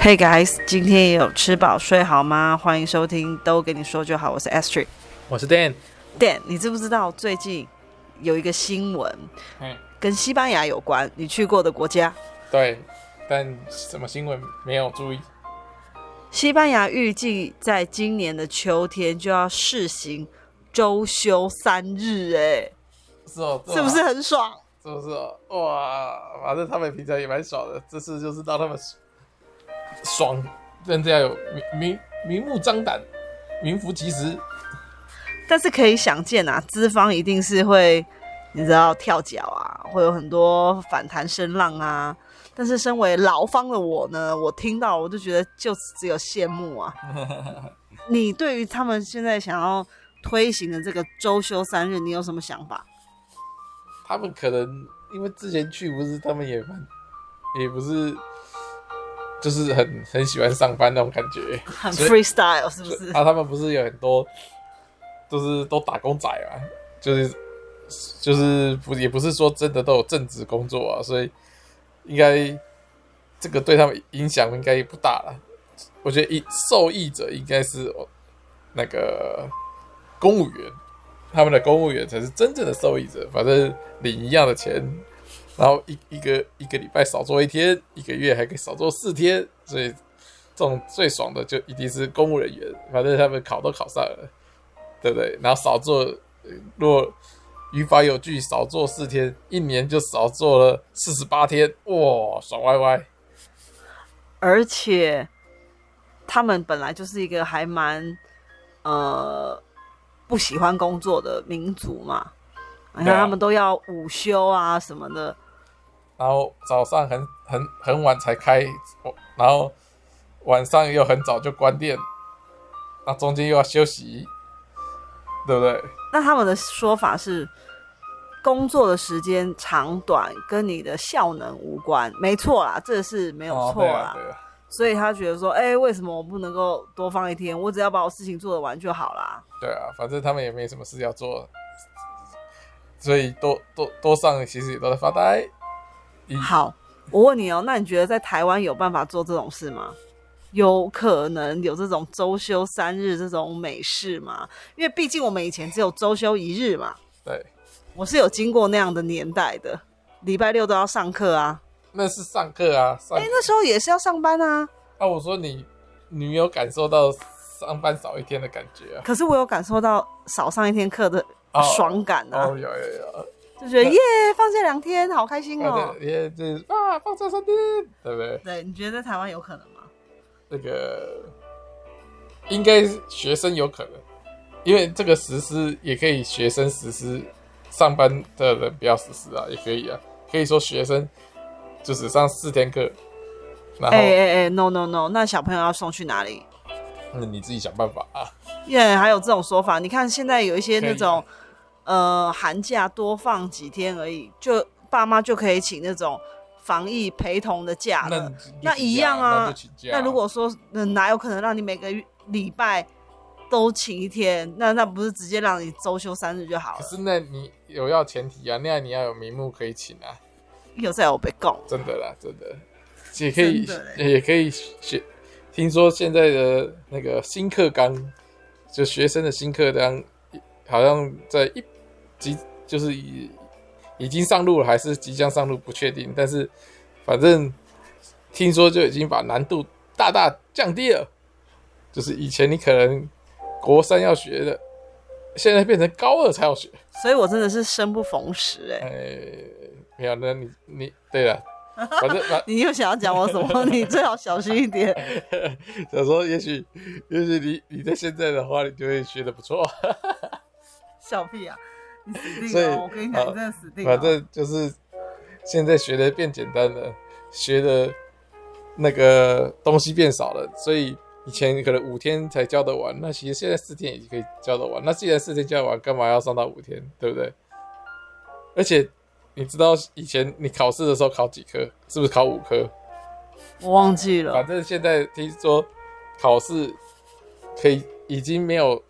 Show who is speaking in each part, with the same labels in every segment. Speaker 1: Hey guys，今天也有吃饱睡好吗？欢迎收听，都跟你说就好。我是 Astrid。
Speaker 2: 我是 Dan，
Speaker 1: Dan，你知不知道最近有一个新闻
Speaker 2: 嗯，
Speaker 1: 跟西班牙有关？你去过的国家，
Speaker 2: 对，但什么新闻没有注意？
Speaker 1: 西班牙预计在今年的秋天就要试行周休三日、
Speaker 2: 是哦，
Speaker 1: 哎，是不是？很爽？
Speaker 2: 是不是哦？哇，反正他们平常也蛮爽的，这次就是让他们爽爽，真的要有明明明目张胆、名副其实。
Speaker 1: 但是可以想见啊，资方一定是会，你知道跳脚啊，会有很多反弹声浪啊。但是身为劳方的我呢，我听到我就觉得就只有羡慕 啊。你对于他们现在想要推行的这个周休三日，你有什么想法？
Speaker 2: 他们可能因为之前去不是，他们也蛮也不是，就是很很喜欢上班那种感觉。
Speaker 1: 很
Speaker 2: 所以
Speaker 1: freestyle 是不是？
Speaker 2: 啊，他们不是有很多，就是都打工仔嘛，就是就是不也不是说真的都有正职工作啊，所以应该这个对他们影响应该也不大了。我觉得一受益者应该是哦那个公务员，他们的公务员才是真正的受益者，反正领一样的钱。然后一一个一个礼拜少做一天，一个月还可以少做四天，所以这种最爽的就一定是公务人员，反正他们考都考上了，对不对？然后少做，呃若于法有据，少做四天，一年就少做了四十八天，哇，爽歪歪！
Speaker 1: 而且他们本来就是一个还蛮呃不喜欢工作的民族嘛，你
Speaker 2: 对
Speaker 1: 看
Speaker 2: 啊
Speaker 1: 他们都要午休啊什么的，
Speaker 2: 然后早上很很很晚才开，我然后晚上又很早就关店，那中间又要休息，对不对？
Speaker 1: 那他们的说法是，工作的时间长短跟你的效能无关，没错啦，这是没有错
Speaker 2: 对
Speaker 1: 啦。
Speaker 2: 啊，对啊，
Speaker 1: 所以他觉得说，哎、为什么我不能够多放一天？我只要把我事情做得完就好啦。
Speaker 2: 对啊，反正他们也没什么事要做，所以多多多上其实也都在发呆。一
Speaker 1: 好，我问你哦，那你觉得在台湾有办法做这种事吗？有可能有这种周休三日这种美事吗？因为毕竟我们以前只有周休一日嘛，
Speaker 2: 对，
Speaker 1: 我是有经过那样的年代的，礼拜六都要上课啊，
Speaker 2: 那是上课啊，上、
Speaker 1: 哎、那时候也是要上班啊。
Speaker 2: 啊，我说你，你没有感受到上班少一天的感觉啊？
Speaker 1: 可是我有感受到少上一天课的
Speaker 2: 哦
Speaker 1: 爽感啊，
Speaker 2: 哦，有有有，
Speaker 1: 就觉得耶，放假两天，好开心哦
Speaker 2: 啊。对，也就是啊，放假三天，对不对？
Speaker 1: 对，你觉得在台湾有可能吗？
Speaker 2: 那个应该是学生有可能，因为这个实施也可以学生实施，上班的人不要实施啊，也可以啊，可以说学生就只上四天课，然后、
Speaker 1: 哎哎哎，no no no，那小朋友要送去哪里？
Speaker 2: 那你自己想办法啊。
Speaker 1: 耶、还有这种说法？你看现在有一些
Speaker 2: 可以
Speaker 1: 那种，呃，寒假多放几天而已，就爸妈就可以请那种防疫陪同的假
Speaker 2: 那
Speaker 1: 了
Speaker 2: 你。就
Speaker 1: 那
Speaker 2: 请
Speaker 1: 一
Speaker 2: 假
Speaker 1: 样啊
Speaker 2: 那就请假
Speaker 1: 那如果说，那哪有可能让你每个月礼拜都请一天？那那不是直接让你周休三日就好
Speaker 2: 可
Speaker 1: 了？
Speaker 2: 是那你有要前提啊，那样你要有名目可以请啊。
Speaker 1: 又在我被供。
Speaker 2: 真的啦，真的，也可以
Speaker 1: 真的嘞
Speaker 2: 也可以学。听说现在的那个新课纲，就学生的新课纲，好像在一即就是已已经上路了，还是即将上路，不确定。但是反正听说就已经把难度大大降低了，就是以前你可能国三要学的，现在变成高二才要学。
Speaker 1: 所以我真的是生不逢时哎、
Speaker 2: 哎，没有，那你你对了，反正反
Speaker 1: 你又想要讲我什 么？你最好小心一点。
Speaker 2: 想说也许，也许你你在现在的话，你就会学的不错。
Speaker 1: 笑屁啊！你死
Speaker 2: 所以
Speaker 1: 定了！我跟你讲，
Speaker 2: 呃
Speaker 1: 你真的死定了。
Speaker 2: 反正就是现在学的变简单了，学的那个东西变少了，所以以前可能五天才教得完，那其实现在四天已经可以教得完。那既然四天教得完，干嘛要上到五天，对不对？而且你知道以前你考试的时候考几科？是不是考五科？
Speaker 1: 我忘记了
Speaker 2: 反。正现在听说考试可以已经没有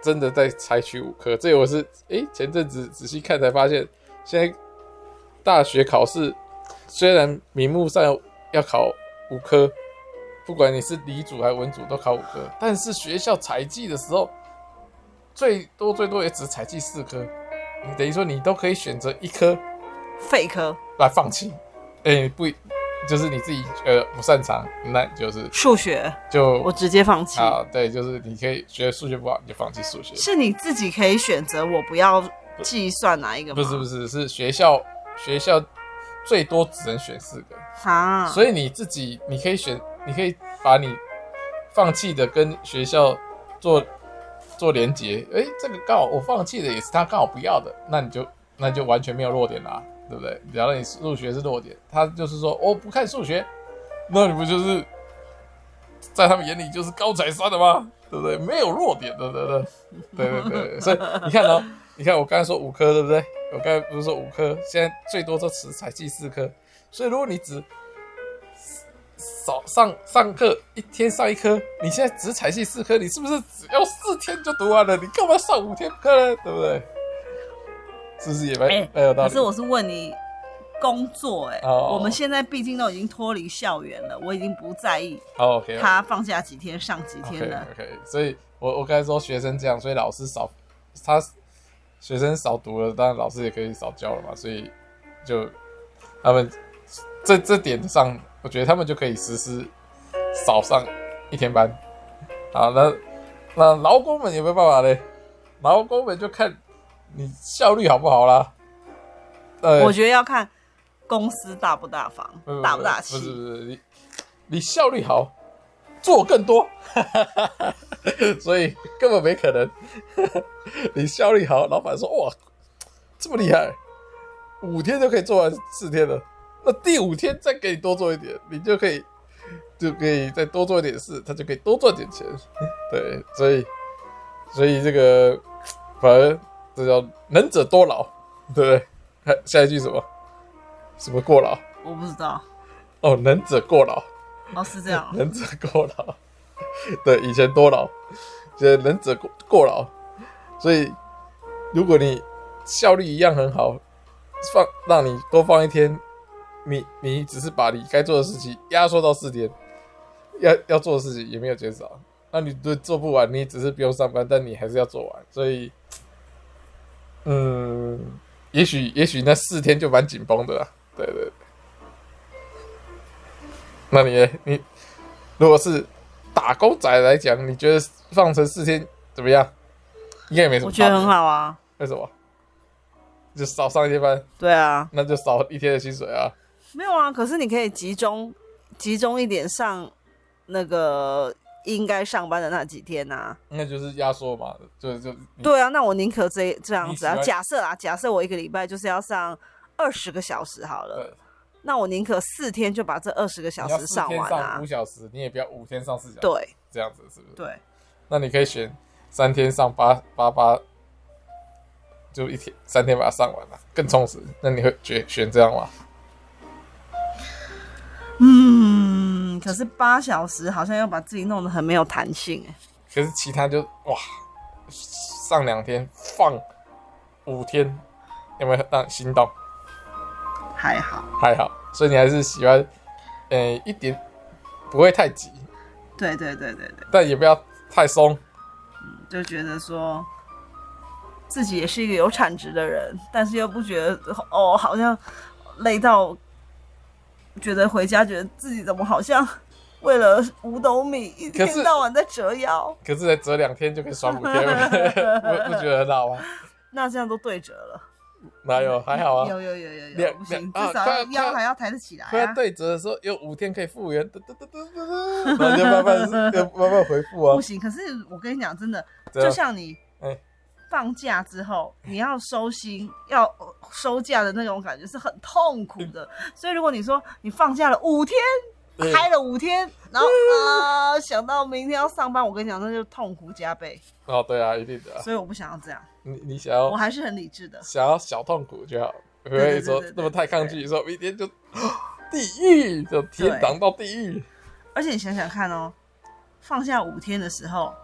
Speaker 2: 真的在采取五科，这我是诶前阵子仔细看才发现，现在大学考试虽然名目上要考五科，不管你是理组还是文组都考五科， 但是学校采计的时候，最多最多也只采计四科，你等于说你都可以选择一科
Speaker 1: 废科，
Speaker 2: 来放弃，哎、不一，就是你自己呃不擅长，那你就是
Speaker 1: 数学
Speaker 2: 就
Speaker 1: 我直接放弃，
Speaker 2: 啊，对，就是你可以觉得数学不好，你就放弃数学。
Speaker 1: 是你自己可以选择我不要计算哪一个吗？
Speaker 2: 不是不是，是学校学校最多只能选四个，
Speaker 1: 啊，
Speaker 2: 所以你自己你可以选，你可以把你放弃的跟学校做做连结。诶，这个刚好我放弃的也是他刚好不要的，那你就那你就完全没有弱点啦，对不对？假如你数学是弱点，他就是说我、不看数学，那你不就是在他们眼里就是高材生的吗？对不对？没有弱点，对对对，对对对。所以你看哦，你看我刚才说五科，对不对？我刚才不是说五科，现在最多都只才记四科，所以如果你只少上上课一天上一科，你现在只采系四科，你是不是只要四天就读完了？你干嘛上五天课呢？对不对？是不是也蛮、
Speaker 1: 哎
Speaker 2: 蛮有道
Speaker 1: 可
Speaker 2: 理
Speaker 1: 是？我是问你工作、哎、
Speaker 2: 哦
Speaker 1: 我们现在毕竟都已经脱离校园了，我已经不在意
Speaker 2: 好，OK，
Speaker 1: 他放假几天上几天
Speaker 2: OK
Speaker 1: 了。
Speaker 2: OK，所以我我刚才说学生这样，所以老师少他学生少读了，当然老师也可以少教了嘛，所以就他们这这点上，我觉得他们就可以实施少上一天班。好，那那劳工们有没有办法嘞？劳工们就看你效率好不好啦。呃
Speaker 1: 我觉得要看公司大不大方，大不大
Speaker 2: 嗯不是
Speaker 1: 气。
Speaker 2: 不是，你你效率好，做更多， 所以根本没可能。 你效率好，老板说哇，这么厉害，五天就可以做完四天了，那第五天再给你多做一点，你就可以就可以再多做一点事，他就可以多赚点钱。 对，所以所以这个反而这叫能者多劳，对不对？下一句什么？什么过劳？
Speaker 1: 我不知道，
Speaker 2: 哦，能者过劳，
Speaker 1: 哦，是这样 哦。
Speaker 2: 能者过劳。对，以前多劳，现在能者过过劳。所以，如果你效率一样很好，放让你多放一天，你你只是把你该做的事情压缩到四天，要要做的事情也没有减少。那你都做不完，你只是不用上班，但你还是要做完。所以，嗯，也许也许那四天就蛮紧绷的啦。对对对。那你呢你如果是打工仔来讲，你觉得放成四天怎么样？应该也没什么。
Speaker 1: 我觉得很。好啊，
Speaker 2: 为什么？就少上一天班，
Speaker 1: 对啊，
Speaker 2: 那就少一天的薪水啊。
Speaker 1: 没有啊，可是你可以集中集中一点上那个应该上班的那几天啊。
Speaker 2: 那就是压缩嘛，就就你
Speaker 1: 对啊，那我宁可这这样子啊
Speaker 2: 嗯你。喜
Speaker 1: 假
Speaker 2: 欢
Speaker 1: 设啊，假设我一个礼拜就是要上二十个小时好了，
Speaker 2: 对
Speaker 1: 那我宁可四天就把这二十个小
Speaker 2: 你要
Speaker 1: 时
Speaker 2: 四
Speaker 1: 上
Speaker 2: 天
Speaker 1: 完
Speaker 2: 上
Speaker 1: 啊
Speaker 2: 五。小时，你也不要五天上四小时，
Speaker 1: 对
Speaker 2: 这样子是不是？
Speaker 1: 对，
Speaker 2: 那你可以选三天上八八八，就一天三天把它上完了，啊更充实。那你会选选这样吗？
Speaker 1: 嗯，可是八小时好像又把自己弄得很没有弹性哎、
Speaker 2: 可是其他就哇，上两天放五天，有没有让心动？
Speaker 1: 还好。
Speaker 2: 还好，所以你还是喜欢，呃，一点不会太急，
Speaker 1: 对对对对对，
Speaker 2: 但也不要太松。
Speaker 1: 就觉得说自己也是一个有产值的人，但是又不觉得哦，好像累到觉得回家觉得自己怎么好像为了五斗米一
Speaker 2: 可是
Speaker 1: 天到晚在折腰，
Speaker 2: 可是才折两天就可以爽五天， 不不觉得很好吗？
Speaker 1: 那这样都对折了。
Speaker 2: 哪有还好啊
Speaker 1: 有？有有有有，
Speaker 2: 两
Speaker 1: 不行，
Speaker 2: 两啊
Speaker 1: 至少
Speaker 2: 快
Speaker 1: 要
Speaker 2: 要快
Speaker 1: 腰
Speaker 2: 要
Speaker 1: 还要抬得起来、
Speaker 2: 快要
Speaker 1: 啊。
Speaker 2: 对折的时候有五天可以复原，嘟嘟嘟嘟嘟嘟，然后就慢慢就慢慢回 复啊
Speaker 1: 不。行，可是我跟你讲，真的，
Speaker 2: 这
Speaker 1: 就
Speaker 2: 样
Speaker 1: 像你
Speaker 2: 哎
Speaker 1: 放假之后，你要收心，要呃收假的那种感觉是很痛苦的。
Speaker 2: 嗯
Speaker 1: 所以如果你说你放假了五天
Speaker 2: 对，
Speaker 1: 嗨了五天，然后啊、呃想到明天要上班，我跟你讲，那就痛苦加倍。
Speaker 2: 哦，对啊，一定的啊。
Speaker 1: 所以我不想要这样，
Speaker 2: 你你想
Speaker 1: 我
Speaker 2: 要
Speaker 1: 还是很理智的。
Speaker 2: 想要小痛苦就好，不
Speaker 1: 对对
Speaker 2: 会说
Speaker 1: 对对
Speaker 2: 哦那么太抗拒，说明天就哦地狱，就天堂到地狱，
Speaker 1: 而且你想想看哦，放假五天的时候，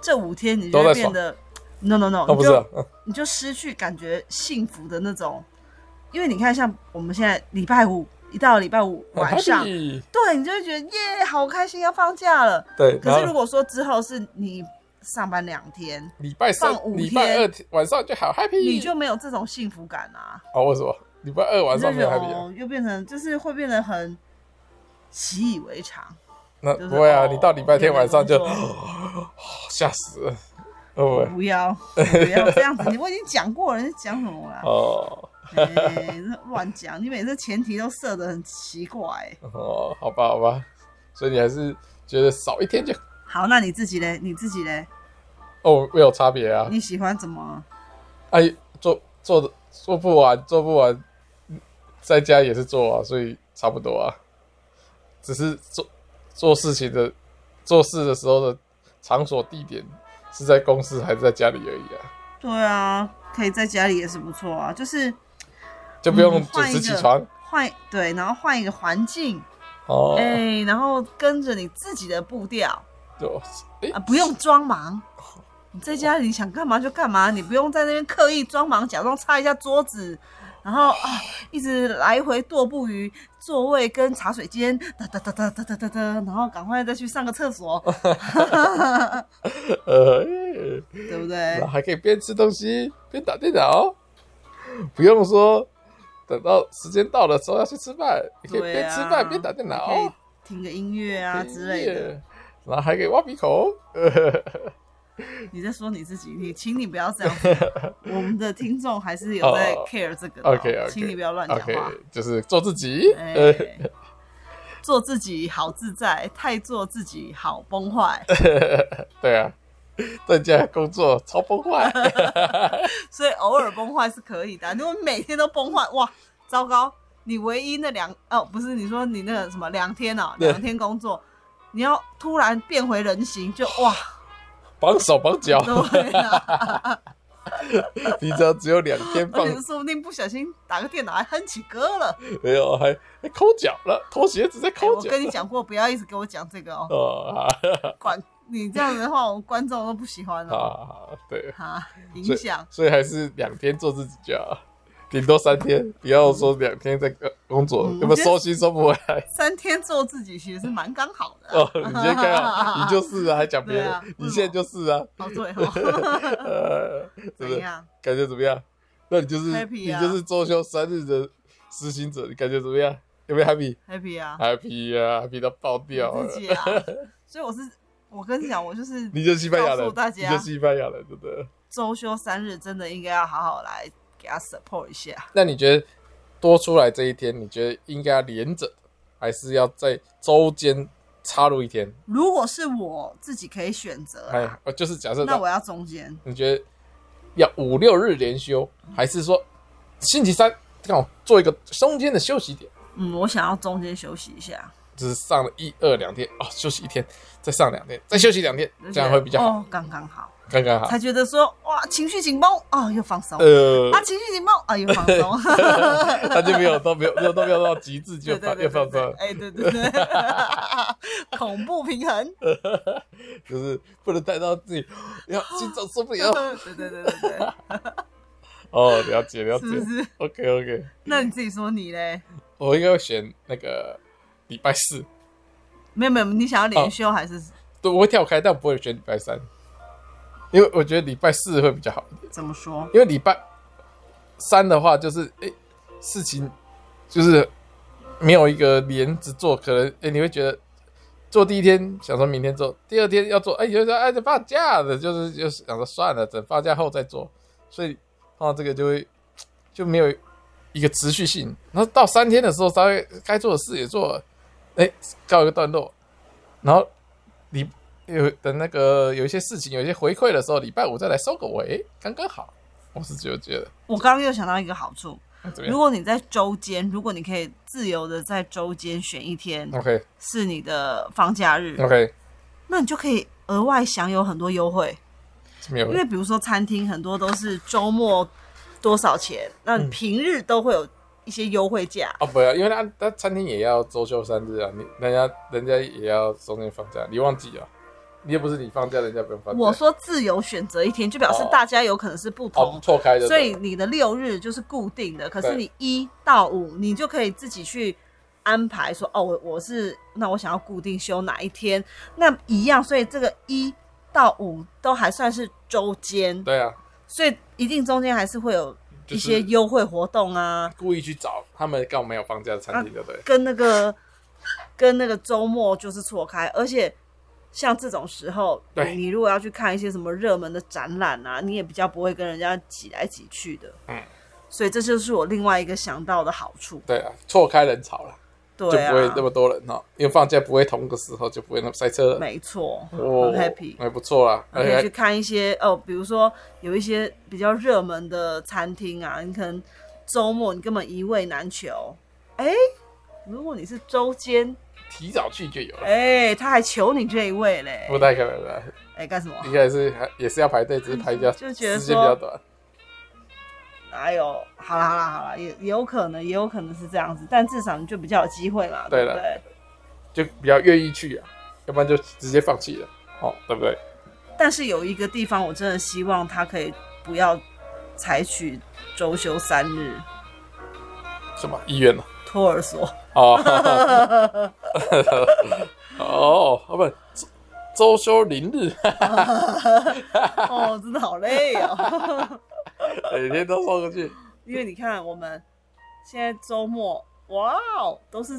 Speaker 1: 这五天你就
Speaker 2: 都
Speaker 1: 会
Speaker 2: 在
Speaker 1: 变
Speaker 2: 爽
Speaker 1: 得 no no no，
Speaker 2: 哦，
Speaker 1: 你
Speaker 2: 不是
Speaker 1: 就
Speaker 2: 啊，嗯
Speaker 1: 你就失去感觉幸福的那种。因为你看，像我们现在礼拜五一到礼拜五
Speaker 2: 很
Speaker 1: 晚上，
Speaker 2: happy
Speaker 1: 对你就会觉得耶，好开心，要放假了。
Speaker 2: 对，啊
Speaker 1: 可是
Speaker 2: 然
Speaker 1: 如
Speaker 2: 后
Speaker 1: 果说之后是你上班两天，
Speaker 2: 礼拜三
Speaker 1: 放、五
Speaker 2: 礼拜
Speaker 1: 天
Speaker 2: 二天晚上就好 happy，
Speaker 1: 你就没有这种幸福感啊，
Speaker 2: 啊为什么？礼拜二晚
Speaker 1: 你就
Speaker 2: 上
Speaker 1: 觉
Speaker 2: 没有
Speaker 1: 得
Speaker 2: happy 啊？
Speaker 1: 哦，又变成就是会变得很习以为常。
Speaker 2: 那
Speaker 1: 就是
Speaker 2: 不会啊，
Speaker 1: 哦
Speaker 2: 你到礼拜天晚上就哦
Speaker 1: 没有
Speaker 2: 吓死了，哦会不会？
Speaker 1: 不要 不要这样子，你我已经讲过了，你在讲什么啦？
Speaker 2: 哦
Speaker 1: 哎，乱讲！你每次前提都设的很奇怪。
Speaker 2: 哦，好吧好吧，所以你还是觉得少一天就
Speaker 1: 好，那你自己嘞？你自己嘞？
Speaker 2: 哦没有差别啊，
Speaker 1: 你喜欢怎么？
Speaker 2: 哎做做的做不完做不完，在家也是做啊，所以差不多啊，只是做做事情的做事的时候的场所地点是在公司还是在家里而已啊，
Speaker 1: 对啊，可以在家里也是不错啊，就是
Speaker 2: 就不用
Speaker 1: 嗯
Speaker 2: 准
Speaker 1: 换一
Speaker 2: 时起
Speaker 1: 个
Speaker 2: 床、
Speaker 1: 换对，然后换一个环境，
Speaker 2: 哦
Speaker 1: 哎、，然后跟着你自己的步调
Speaker 2: 就哎
Speaker 1: 啊，不用装忙。你在家里想干嘛就干嘛，你不用在那边刻意装忙，假装擦一下桌子，然后啊一直来回踱步于座位跟茶水间，哒哒哒哒哒哒哒哒，然后赶快再去上个厕所，
Speaker 2: 呃。
Speaker 1: 对不对
Speaker 2: 然后？还可以边吃东西边打电脑，不用说等到时间到的时候要去吃饭，你可以
Speaker 1: 对
Speaker 2: 边
Speaker 1: 啊
Speaker 2: 吃饭边打电脑，
Speaker 1: 可以听个音乐啊
Speaker 2: 哦听
Speaker 1: 之类的。
Speaker 2: 音乐，然后还可以挖鼻孔。
Speaker 1: 你在说你自己，你请你不要 这样子。我们的听众还是有在
Speaker 2: 哦
Speaker 1: care 这个的哦
Speaker 2: OK OK，
Speaker 1: 请你不要乱讲
Speaker 2: OK，
Speaker 1: 话。
Speaker 2: 就是做自己。
Speaker 1: 哎
Speaker 2: 呃，
Speaker 1: 做自己好自在，太做自己好崩坏。
Speaker 2: 对啊，在家工作超崩坏。
Speaker 1: 所以偶尔崩坏是可以的啊。如果每天都崩坏，哇，糟糕！你唯一那两哦，不是你说你那个什么两天哦，
Speaker 2: 对
Speaker 1: 两天工作，你要突然变回人形，就 哇，
Speaker 2: 绑手绑 脚，
Speaker 1: 对啊，
Speaker 2: 平常只有两天 放
Speaker 1: 而，且说不定不小心打个电脑还哼起歌了。
Speaker 2: 没有还还抠脚了，脱鞋子在
Speaker 1: 哎
Speaker 2: 抠
Speaker 1: 我
Speaker 2: 脚。
Speaker 1: 跟你讲过，不要一直给我讲这个哦。
Speaker 2: 哦，
Speaker 1: 管你这样子的话，我们观众都不喜欢
Speaker 2: 好
Speaker 1: 了
Speaker 2: 好好，对。
Speaker 1: 啊，
Speaker 2: 所
Speaker 1: 影
Speaker 2: 以
Speaker 1: 响。
Speaker 2: 所以还是两天做自己就好，顶多三天，不要说两天在呃工作，
Speaker 1: 嗯
Speaker 2: 根本收心收不回来。
Speaker 1: 三天做自己其实是蛮刚好的
Speaker 2: 哦
Speaker 1: 啊、，
Speaker 2: 你先看 啊，你就是啊，还讲别人，
Speaker 1: 对啊
Speaker 2: 你现在就是啊，
Speaker 1: 哦对 哦，
Speaker 2: 呃，对不
Speaker 1: 怎
Speaker 2: 对？
Speaker 1: 样？
Speaker 2: 感觉怎么样？那你就是、
Speaker 1: Happy 啊
Speaker 2: 你就是周休三日的实行者，你感觉怎么样？有没有 happy？happy
Speaker 1: happy 啊，
Speaker 2: 啊，happy 到爆掉
Speaker 1: 我
Speaker 2: 了
Speaker 1: 自己啊，所以我是，我跟你讲，我就是
Speaker 2: 你就是西班牙
Speaker 1: 告
Speaker 2: 人，
Speaker 1: 诉大
Speaker 2: 你
Speaker 1: 家
Speaker 2: 就是西班牙人，对不对？
Speaker 1: 周休三日，真的应该要好好来给他 support 一下。
Speaker 2: 那你觉得多出来这一天，你觉得应该要连着，还是要在周间插入一天？
Speaker 1: 如果是我自己可以选择啊、
Speaker 2: 哎，呃就是假设
Speaker 1: 那
Speaker 2: 到
Speaker 1: 我要中间，
Speaker 2: 你觉得要五六日连休，还是说星期三刚好做一个中间的休息点，
Speaker 1: 嗯，我想要中间休息一下，
Speaker 2: 就是上了一二两天哦，休息一天，再上两天，再休息两天，这样会比较好，
Speaker 1: 哦，刚刚好，
Speaker 2: 刚刚好
Speaker 1: 才。觉得说哇，情绪紧绷哦，又放松。
Speaker 2: 呃，
Speaker 1: 啊，情绪紧绷啊，又放松，
Speaker 2: 他就没有都没有都都没有到极致， 就
Speaker 1: 对对
Speaker 2: 放
Speaker 1: 对对
Speaker 2: 又
Speaker 1: 对，
Speaker 2: 放松了，
Speaker 1: 哎，对对对， 恐怖平 衡，
Speaker 2: 哎就是不能带到自己，要心脏受 不了。
Speaker 1: 对对对对 对，
Speaker 2: 哦，了解了解
Speaker 1: 是不是？
Speaker 2: ，OK OK。
Speaker 1: 那你自己说你嘞？
Speaker 2: 我应该会选那个礼拜四，
Speaker 1: 没有没有，你想要
Speaker 2: 哦
Speaker 1: 连休还是
Speaker 2: 对，我会跳开，但我不会选礼拜三，因为我觉得礼拜四会比较好一点。
Speaker 1: 怎么说？
Speaker 2: 因为礼拜三的话，就是哎、诶事情就是没有一个连着做，可能哎、诶你会觉得做第一天想说明天做，第二天要做，哎、有有时候哎就放假了，就是就是想说算了，等放假后再做，所以碰到这个就会就没有一个持续性。然后到三天的时候，稍微该做的事也做了，哎、告一个段落，然后礼有等那个有一些事情有一些回馈的时候，礼拜五再来收个尾，刚刚好。我是觉得觉得
Speaker 1: 我刚刚又想到一个好处，
Speaker 2: 那怎么
Speaker 1: 如
Speaker 2: 样
Speaker 1: 果你在周间，如果你可以自由的在周间选一天
Speaker 2: ？OK
Speaker 1: 是你的放假日，
Speaker 2: OK，
Speaker 1: 那你就可以额外享有很多优惠，
Speaker 2: 是没有
Speaker 1: 因为比如说餐厅很多都是周末多少钱，那
Speaker 2: 嗯
Speaker 1: 你平日都会有一些优惠价。
Speaker 2: 哦，不要，因为他他餐厅也要周休三日啊，你人家人家也要中间放假，你忘记了？你也不是你放假，人家不用放假。
Speaker 1: 我说自由选择一天，就表示
Speaker 2: 啊哦
Speaker 1: 大家有可能是不
Speaker 2: 哦
Speaker 1: 同，，
Speaker 2: 错开的，
Speaker 1: 所以你的六日就是固定的，可是
Speaker 2: 对
Speaker 1: 你一到五你就可以自己去安排说，哦，我我是那我想要固定休哪一天，那一样，所以这个一到五都还算是周间，
Speaker 2: 对啊，
Speaker 1: 所以一定中间还是会有
Speaker 2: 就
Speaker 1: 一
Speaker 2: 是
Speaker 1: 些优惠活动啊，
Speaker 2: 故意去找他们刚好没有放假的餐厅，对不对？
Speaker 1: 跟那个跟那个周末就是错开，而且像这种时候，
Speaker 2: 对
Speaker 1: 你你如果要去看一些什么热门的展览啊，你也比较不会跟人家挤来挤去的。
Speaker 2: 嗯，
Speaker 1: 所以这就是我另外一个想到的好处。
Speaker 2: 对啊，错开人潮了，就
Speaker 1: 对
Speaker 2: 不会那
Speaker 1: 啊，
Speaker 2: 么多人哦，因为放假不会同个时候，就不会那么塞车了。
Speaker 1: 没错，很
Speaker 2: 哦
Speaker 1: happy。
Speaker 2: 还不错啦，而
Speaker 1: 可以去
Speaker 2: 且
Speaker 1: 看一些哦，比如说有一些比较热门的餐厅啊，你可能周末你根本一味难求。哎、如果你是周间，
Speaker 2: 提早去就有了，
Speaker 1: 哎、他还求你这一位嘞，
Speaker 2: 不太可能的，
Speaker 1: 哎、干什么？
Speaker 2: 应该是还也是要排队，只是排较
Speaker 1: 就
Speaker 2: 时
Speaker 1: 觉得
Speaker 2: 间
Speaker 1: 说
Speaker 2: 比较短。
Speaker 1: 哎呦，好啦好啦好啦，也也有可能，也有可能是这样子，但至少你就比较有机会嘛，
Speaker 2: 对
Speaker 1: 不
Speaker 2: 了
Speaker 1: 对？
Speaker 2: 就比较愿意去啊，要不然就直接放弃了，哦，对不对？
Speaker 1: 但是有一个地方，我真的希望他可以不要采取周休三日
Speaker 2: 什么医院呢、啊
Speaker 1: 托儿所，
Speaker 2: 哦，哦，啊不，周周休零日，
Speaker 1: 哦，真的好累哦。
Speaker 2: 每天都送过去，
Speaker 1: 因为你看，我们现在周末，哇哦，都是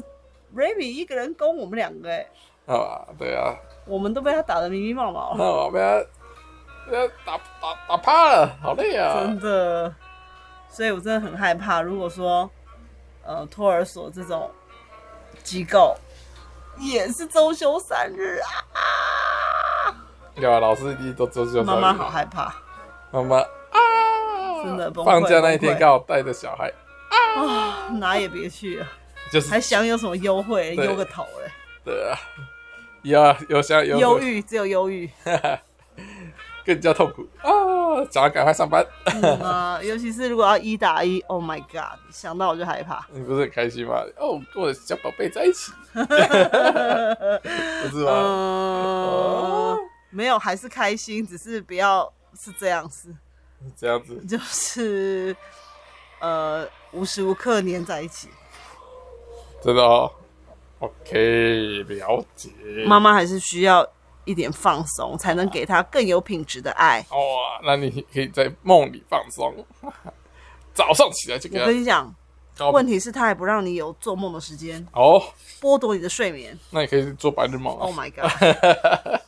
Speaker 1: Remy 一个人攻我们两个，哎，
Speaker 2: 啊，对啊，
Speaker 1: 我们都被他打得迷迷冒冒
Speaker 2: 那，我们要要打打打趴了，好累啊
Speaker 1: 真，的。所以我真的很害怕，如果说，呃，托儿所这种机构也是周休三日啊，
Speaker 2: 对啊，老师一定都周休三
Speaker 1: 妈
Speaker 2: 日
Speaker 1: 妈好害怕，
Speaker 2: 妈妈啊，
Speaker 1: 真的崩溃
Speaker 2: 放假那一天
Speaker 1: 崩溃
Speaker 2: 刚好带着小孩，
Speaker 1: 哪也别去了，
Speaker 2: 就是
Speaker 1: 还想有什么优惠？
Speaker 2: 对
Speaker 1: 优个头嘞！
Speaker 2: 对啊，有啊有想有
Speaker 1: 忧郁只有忧郁，
Speaker 2: 更加痛苦啊，想要赶快上班，
Speaker 1: 嗯啊， 尤其是如果要一打一，Oh my God，想到我就害怕。
Speaker 2: 你不是很开心吗？哦，跟我的小宝贝在一起， 不是吗？哦
Speaker 1: 嗯，没有，还是开心，只是不要是这样子，
Speaker 2: 这样子
Speaker 1: 就是呃无时无刻黏在一起。
Speaker 2: 真的哦。OK，了解。
Speaker 1: 妈妈还是需要一点放松，才能给她更有品质的爱。
Speaker 2: 哇、哦那你可以在梦里放松，早上起来就给
Speaker 1: 我
Speaker 2: 他
Speaker 1: 跟你讲，
Speaker 2: 高
Speaker 1: 问题是她也不让你有做梦的时间，
Speaker 2: 哦，
Speaker 1: 剥夺你的睡眠。
Speaker 2: 那你可以做白日梦、啊。
Speaker 1: Oh my god！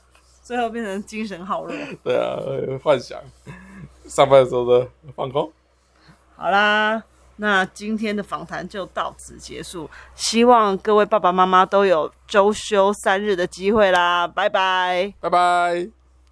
Speaker 1: 最后变成精神好弱。
Speaker 2: 对啊，呃幻想上班的时候呢，放空。
Speaker 1: 好啦，那今天的访谈就到此结束，希望各位爸爸妈妈都有周休三日的机会啦，拜拜。
Speaker 2: 拜拜。